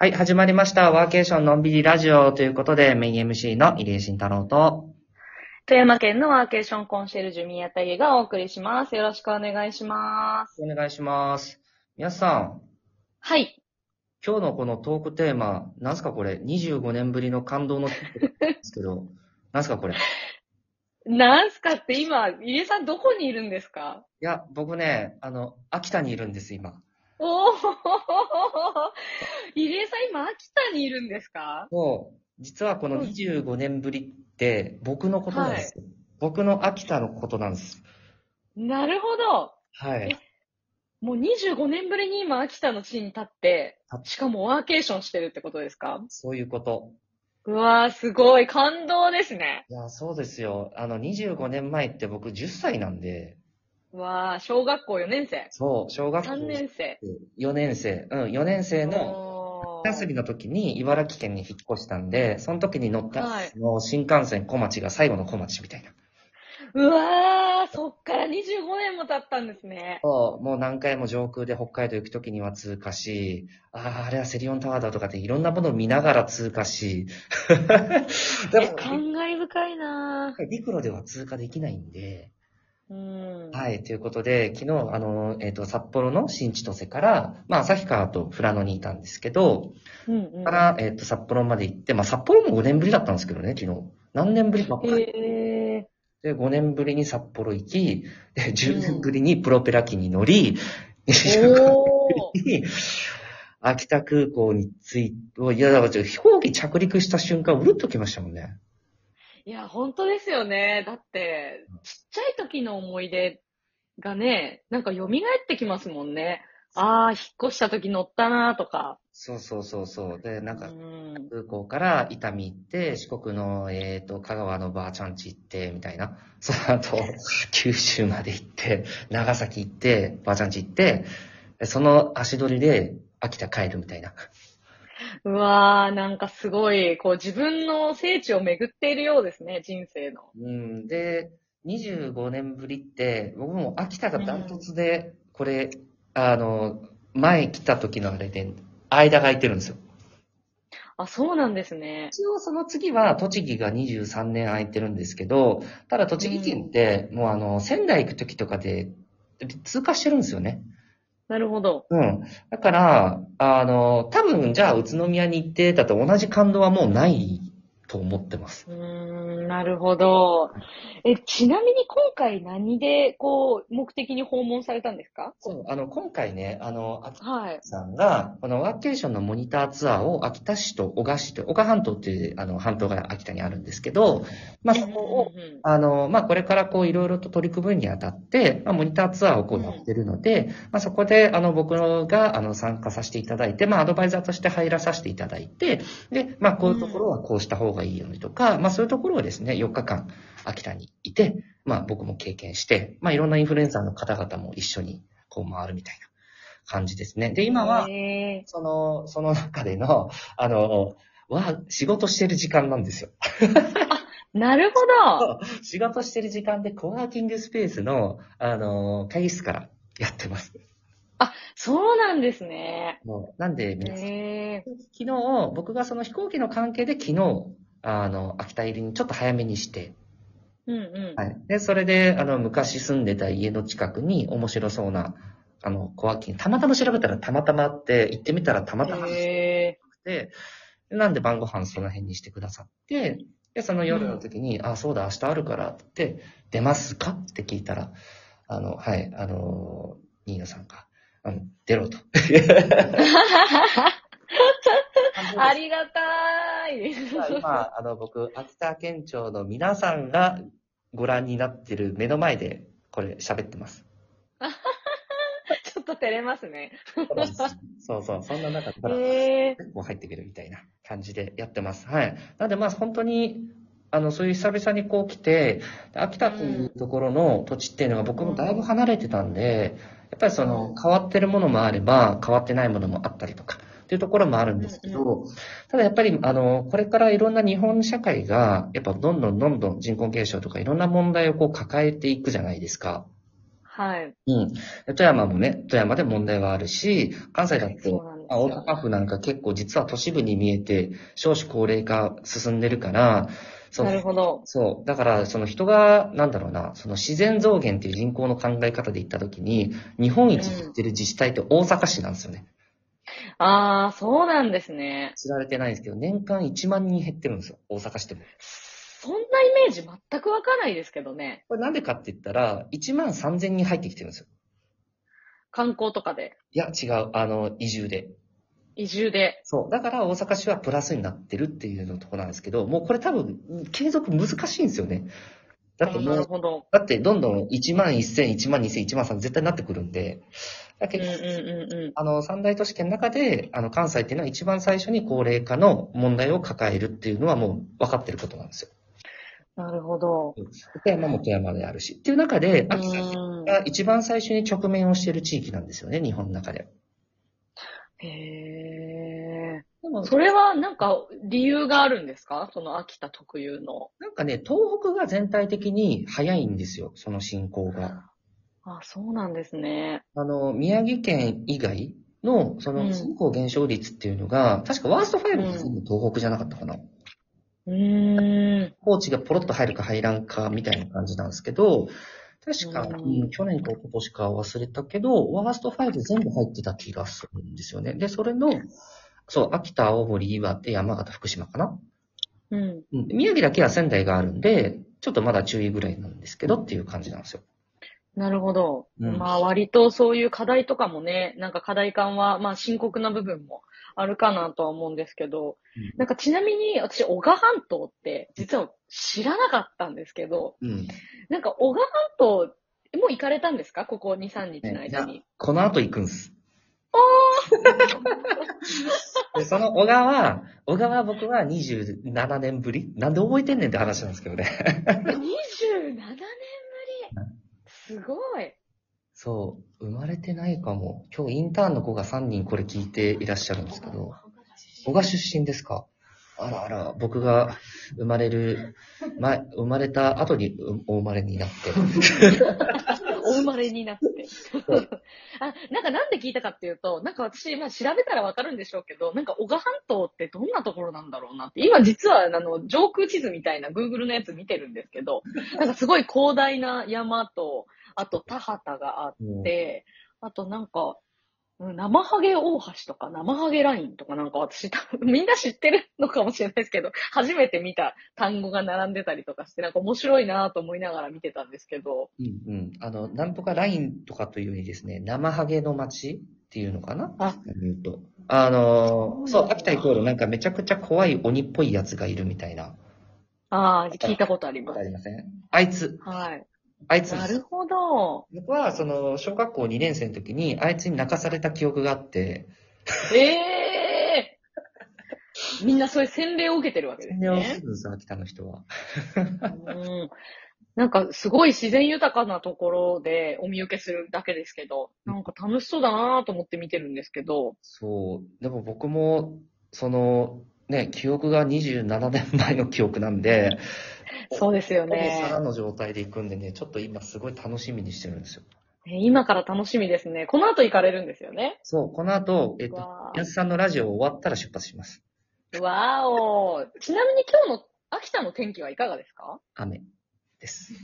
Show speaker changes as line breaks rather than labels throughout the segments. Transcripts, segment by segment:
はい、始まりました。ワーケーションのんびりラジオということで、メイン MC の入江慎太郎と、
富山県のワーケーションコンシェルジュ宮田家がお送りします。よろしくお願いします。
お願いします。皆さん、
はい。
今日のこのトークテーマ、なんすかこれ、25年ぶりの感動のですけ ど、なんすかこれ。い
なんすかって今、入江さんどこにいるんですか
や、僕ね、あの、秋田にいるんです、今。
おー入江さん今、秋田にいるんですか
そう、実はこの25年ぶりって、僕のことなんですよ。僕の秋田のことなんです。
なるほど。
はい。
もう25年ぶりに今、秋田の地に立って、しかもワーケーションしてるってことですか
そういうこと。
うわー、すごい。感動ですね。
いや、そうですよ。あの、25年前って僕10歳なんで、
うわー、小学校4年生。
そう、小学校
3年生。
4年生、うん、4年生の
おー
夏休みの時に茨城県に引っ越したんで、その時に乗った、
はい
あの新幹線小町が最後の小町みたいな。
うわー、そっから25年も経ったんですね。
そうもう何回も上空で北海道行く時には通過し、ああ、あれはセリオンタワーだとかっていろんなものを見ながら通過し、 で
いや、
も、
感慨深いな
陸路では通過できないんで、
ーうん。
はい、ということで、昨日、あの、えっ、と、札幌の新千歳から、まあ、旭川と富良野にいたんですけど、
うんうん。
から、えっ、と、札幌まで行って、まあ、札幌も5年ぶりだったんですけどね、昨日。何年ぶりか。
へえ
で、5年ぶりに札幌行き、で、10年ぶりにプロペラ機に乗り、
ー。おー。
に 秋田空港に着いて、いや、だからちょっと飛行機着陸した瞬間、うるっときましたもんね。
いや、本当ですよね。だって、ちっちゃい時の思い出がね、なんか蘇ってきますもんね。あー、引っ越した時乗ったなーとか。
そうそうそうそう。で、なんか
う、ん。
空港から伊丹行って、四国の、えっ、と、香川のばあちゃん家行って、みたいな。その後、 九州まで行って、長崎行って、ばあちゃん家行って、その足取りで秋田帰るみたいな。
うわー、なんかすごい、こう自分の聖地を巡っているようですね、人生の。
うん。で、25年ぶりって、僕も秋田がダントツで、これ、あの、前来た時のあれで、間が空いてるんですよ。
あ、そうなんですね。
一応その次は栃木が23年空いてるんですけど、ただ栃木県ってもうあの仙台行く時とかで通過してるんですよね。
なるほど。
うん。だから、あの、多分じゃあ宇都宮に行ってたと同じ感動はもうないと思ってます。
うーん、なるほど。え、ちなみに今回何で、こう、目的に訪問されたんですか
そう、あの、今回ね、あの、秋田
はい。
さんが、このワーケーションのモニターツアーを秋田市と男鹿市と、男鹿半島っていうあの半島が秋田にあるんですけど、まあそこを
うんうんうん
あの、まあ、これからこういろいろと取り組むにあたって、まあ、モニターツアーをこうやってるので、まあ、そこで、あの、僕が、あの、参加させていただいて、まあ、アドバイザーとして入らさせていただいて、で、まあ、こういうところはこうした方がいいよねとか、まあ、そういうところをですね、4日間、秋田にいて、まあ、僕も経験して、まあ、いろんなインフルエンサーの方々も一緒に、こう回るみたいな感じですね。で、今は、
へ
その、その中での、あの、は、仕事してる時間なんですよ。
ーなるほど。
仕事してる時間でコワーキングスペースの、あのー会議室からやってます。
そうなんですね。
もうなんで、皆さん、
へー
昨日、僕がその飛行機の関係で昨日、あの、秋田入りにちょっと早めにして、
うんうん。
はい。で、それで、あの、昔住んでた家の近くに面白そうな、あの、コワーキング、たまたま調べたらたまたまあって、行ってみたらたまたまで
へ
でなんで晩ご飯その辺にしてくださって、で、その夜の時に、あ、そうだ、明日あるからって言って、出ますかって聞いたら、あの、はい、あの、ニーナさんが、うん、出ろと。
ー ありがたい。
今、あの、僕、秋田県庁の皆さんがご覧になってる目の前で、これ喋って ます。
ちょっと照れますね。
そうそう、そんな中から、
へー
もう入ってくるみたいな感じでやってます。はい。なんでまあ本当に、あの、そういう久々にこう来て、秋田というところの土地っていうのが僕もだいぶ離れてたんで、やっぱりその変わってるものもあれば、変わってないものもあったりとか、っていうところもあるんですけど、ただやっぱり、あの、これからいろんな日本社会が、やっぱどんどんどんどん人口減少とかいろんな問題をこう抱えていくじゃないですか。
はい。
うん。で富山もね、富山で問題はあるし、関西だって
そうなんです
まあ
よ。
大阪府なんか結構実は都市部に見えて少子高齢化進んでるから、そ
なる
う、
ほど。
そう。だから、その人が、なんだろうな、その自然増減っていう人口の考え方で言ったときに、日本一減ってる自治体って大阪市なんですよね。
ああ、そうなんですね。
知られてないんですけど、年間1万人減ってるんですよ、大阪市でも。
そんなイメージ全くわかんないですけどね。
これなんでかって言ったら、1万3000人入ってきてるんですよ。
観光とかで、
いや、違う、あの、移住で。
移住で。
そう。だから大阪市はプラスになってるっていうのとこなんですけど、もうこれ多分、継続難しいんですよね。だっても
なる
う、
ほど。
だってどんどん1万1000、1万2000、1万3000絶対なってくるんで。だ
うん
け
うん
ど、
うんうん。
あの、三大都市圏の中で、あの、関西っていうのは一番最初に高齢化の問題を抱えるっていうのはもう分かってることなんですよ。
なるほど。
富山も富山であるし。っていう中で、
う
秋田
ん。
が一番最初に直面をしている地域なんですよね、日本の中で。
へえ。
でも、
それはなんか理由があるんですかその秋田特有の。
なんかね、東北が全体的に早いんですよ、その進行が。
あ、そうなんですね。
あの、宮城県以外の、そうの、
ん
人口減少率っていうのが、確かワースト5が全部東北じゃなかったかな。
うーん。
コーチがポロッと入るか入らんかみたいな感じなんですけど、確か、
うん
うん去年か一昨年か忘れたけど、ワースト5全部入ってた気がするんですよね。で、それの、そう、秋田、青森、岩手、山形、福島かな。
うん。
うん、宮城だけは仙台があるんで、ちょっとまだ注意ぐらいなんですけどっていう感じなんですよ。
なるほど。
うん
まあ割とそういう課題とかもね、なんか課題感は、まあ深刻な部分もあるかなとは思うんですけど、
うん
なんかちなみに私、小鹿半島って実は知らなかったんですけど、
うん。
なんか小鹿半島、もう行かれたんですかここ2、3日の間に。
この後行くんす。 で、その小川、小川僕は27年ぶりなんで覚えてんねんって話なんですけどね。
27年ぶりすごい。
そう、生まれてないかも。今日インターンの子が3人これ聞いていらっしゃるんですけど、小川出身ですかあらあら、僕が生まれる、前、生まれた後にうお生まれにな って。
お生まれになって。 あ、なんかなんで聞いたかっていうと、なんか私、まあ調べたらわかるんでしょうけど、なんか小鹿半島ってどんなところなんだろうなって。今実は、あの、上空地図みたいな Google のやつ見てるんですけど、なんかすごい広大な山と、あと田畑があっ
もう
て、あとなんか、うん生ハゲ大橋とか、生ハゲラインとかなんか私多分、みんな知ってるのかもしれないですけど、初めて見た単語が並んでたりとかして、なんか面白いなと思いながら見てたんですけど、
うんうん。あの、なんとかラインとかというよりですね、生ハゲの街っていうのかな
あ
言うと。あのー、
そ
そうう、
なんだ
秋田イコールなんかめちゃくちゃ怖い鬼っぽいやつがいるみたいな。
ああ、聞いたことありま
あ
す。
りませんあいつ、
はい。
あいつです
なるほど。
僕は、その、小学校2年生の時に、あいつに泣かされた記憶があって、
ええみんなそういう洗礼を受けてるわけです
全然起
ね
き。るんですよ、秋田の人は。
うん。なんかすごい自然豊かなところでお見受けするだけですけど、なんか楽しそうだなと思って見てるんですけど、
そう。でも僕も、その、ね、記憶が27年前の記憶なんで、
そうですよ
ほぼ
ね
皿。の状態で行くんでね、ちょっと今すごい楽しみにしてるんですよ。
ね今から楽しみですね。この後行かれるんですよね。
そう、この後、えっと、
わ
安さんのラジオ終わったら出発します。
ーわーおちなみに今日の秋田の天気はいかがですか
雨 です。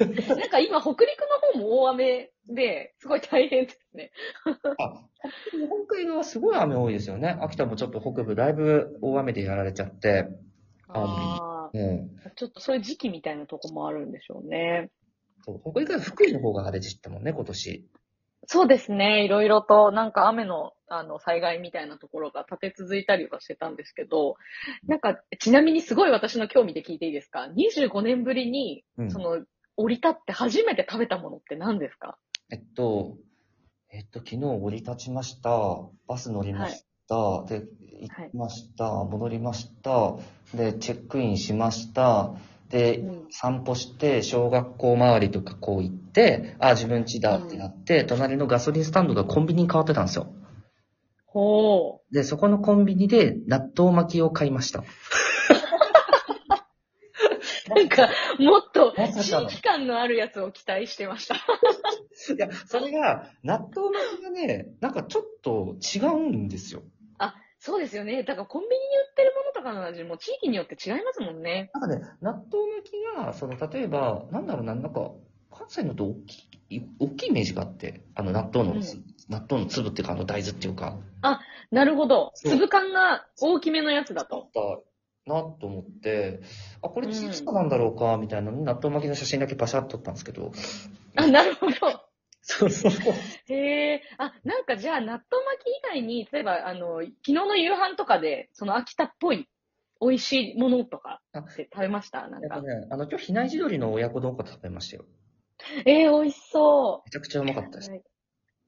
なんか今北陸の方も大雨で、すごい大変ですね。
あ、日本海側はすごい雨多いですよね。秋田もちょっと北部、だいぶ大雨でやられちゃって、
あ
うん。
あ、ちょっとそういう時期みたいなとこもあるんでしょうね。
そう北陸は福井の方が晴れちったもんね、今年。
そうですね。いろいろと、なんか雨の、あの、災害みたいなところが立て続いたりはしてたんですけど、なんか、ちなみにすごい私の興味で聞いていいですか ?25 年ぶりに、
うん
その、降り立って初めて食べたものって何ですか
えっと、えっと、昨日降り立ちました。バス乗りました。で、行きました。戻りました。で、チェックインしました。で、
うん
散歩して、小学校周りとかこう行って、あ、自分家だってなって、隣のガソリンスタンドがコンビニに変わってたんですよ。
ほ
で、そこのコンビニで納豆巻きを買いました。
なんか、もっと
もっとしたの
地域感のあるやつを期待してました。
いや、それが、納豆巻きがね、なんかちょっと違うんですよ。
あ、そうですよね。だからコンビニに売ってるものとかの味も地域によって違いますもんね。
なんかね、納豆巻きが、その、例えば、なんだろうな、なんか、関西のって大きい、大きいイメージがあって、あの、納豆のつ、
う
納豆の粒っていうか、あの、大豆っていうか、
なるほど。
そう
粒感が大きめのやつだ
だ
と
っ。たなと思って、あ、これ地域差なんだろうか、みたいなのに、納豆巻きの写真だけパシャッと撮ったんですけど、
あ、なるほど。
そうそうそう。
へえ。あ、なんかじゃあ納豆巻き以外に、例えば、あの、昨日の夕飯とかで、その秋田っぽい美味しいものとかって食べましたなん
やっぱ
か。
ね、あの、今日、比内地鶏の親子丼か食べましたよ。
えー、美味しそ
めちゃくちゃうまかったです。
う。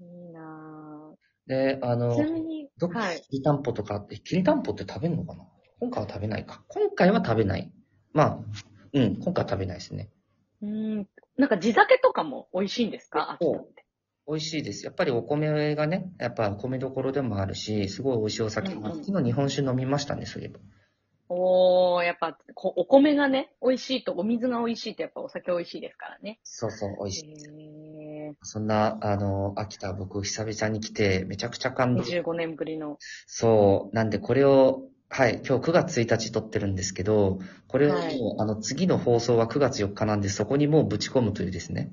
いいな
で、あ
ぁ
の
ち、なみに、
どっか
はい。
きりたんぽとかあって、きりたんぽって食べるのかな今回は食べないか。今回は食べない。まあ、うん、今回は食べないですね。
うん。なんか地酒とかも美味しいんですか秋田って。
美味しいです。やっぱりお米がね、やっぱ米どころでもあるし、すごい美味しいお酒もあって、
うんうん
昨日日本酒飲みましたね、そういえば。
おー、やっぱこ、お米がね、美味しいと、お水が美味しいと、やっぱお酒美味しいですからね。
そうそう、美味しい。
へ
そんな、あの、秋田僕久々に来て、めちゃくちゃ感
ー
動。
25年ぶりの。
そう、なんでこれを、はい、今日9月1日撮ってるんですけど、これをもう、
はい
あの、次の放送は9月4日なんで、そこにもうぶち込むというですね。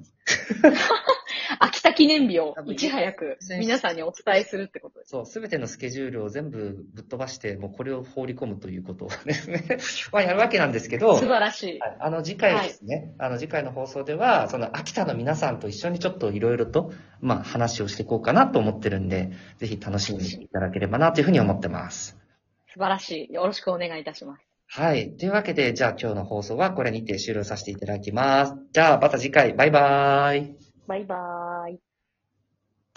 秋田記念日をいち早く皆さんにお伝えするってことです。
そう、すべてのスケジュールを全部ぶっ飛ばして、もうこれを放り込むということをですね、 まあやるわけなんですけど、
素晴らしい。
はいあの次回はですね、あの次回の放送では、その秋田の皆さんと一緒にちょっといろいろと、まあ話をしていこうかなと思ってるんで、ぜひ楽しみにしていただければなというふうに思ってます。
素晴らしい。よろしくお願いいたします。
はい。というわけで、じゃあ今日の放送はこれにて終了させていただきます。じゃあまた次回、バイバーイ。
バイバーイ。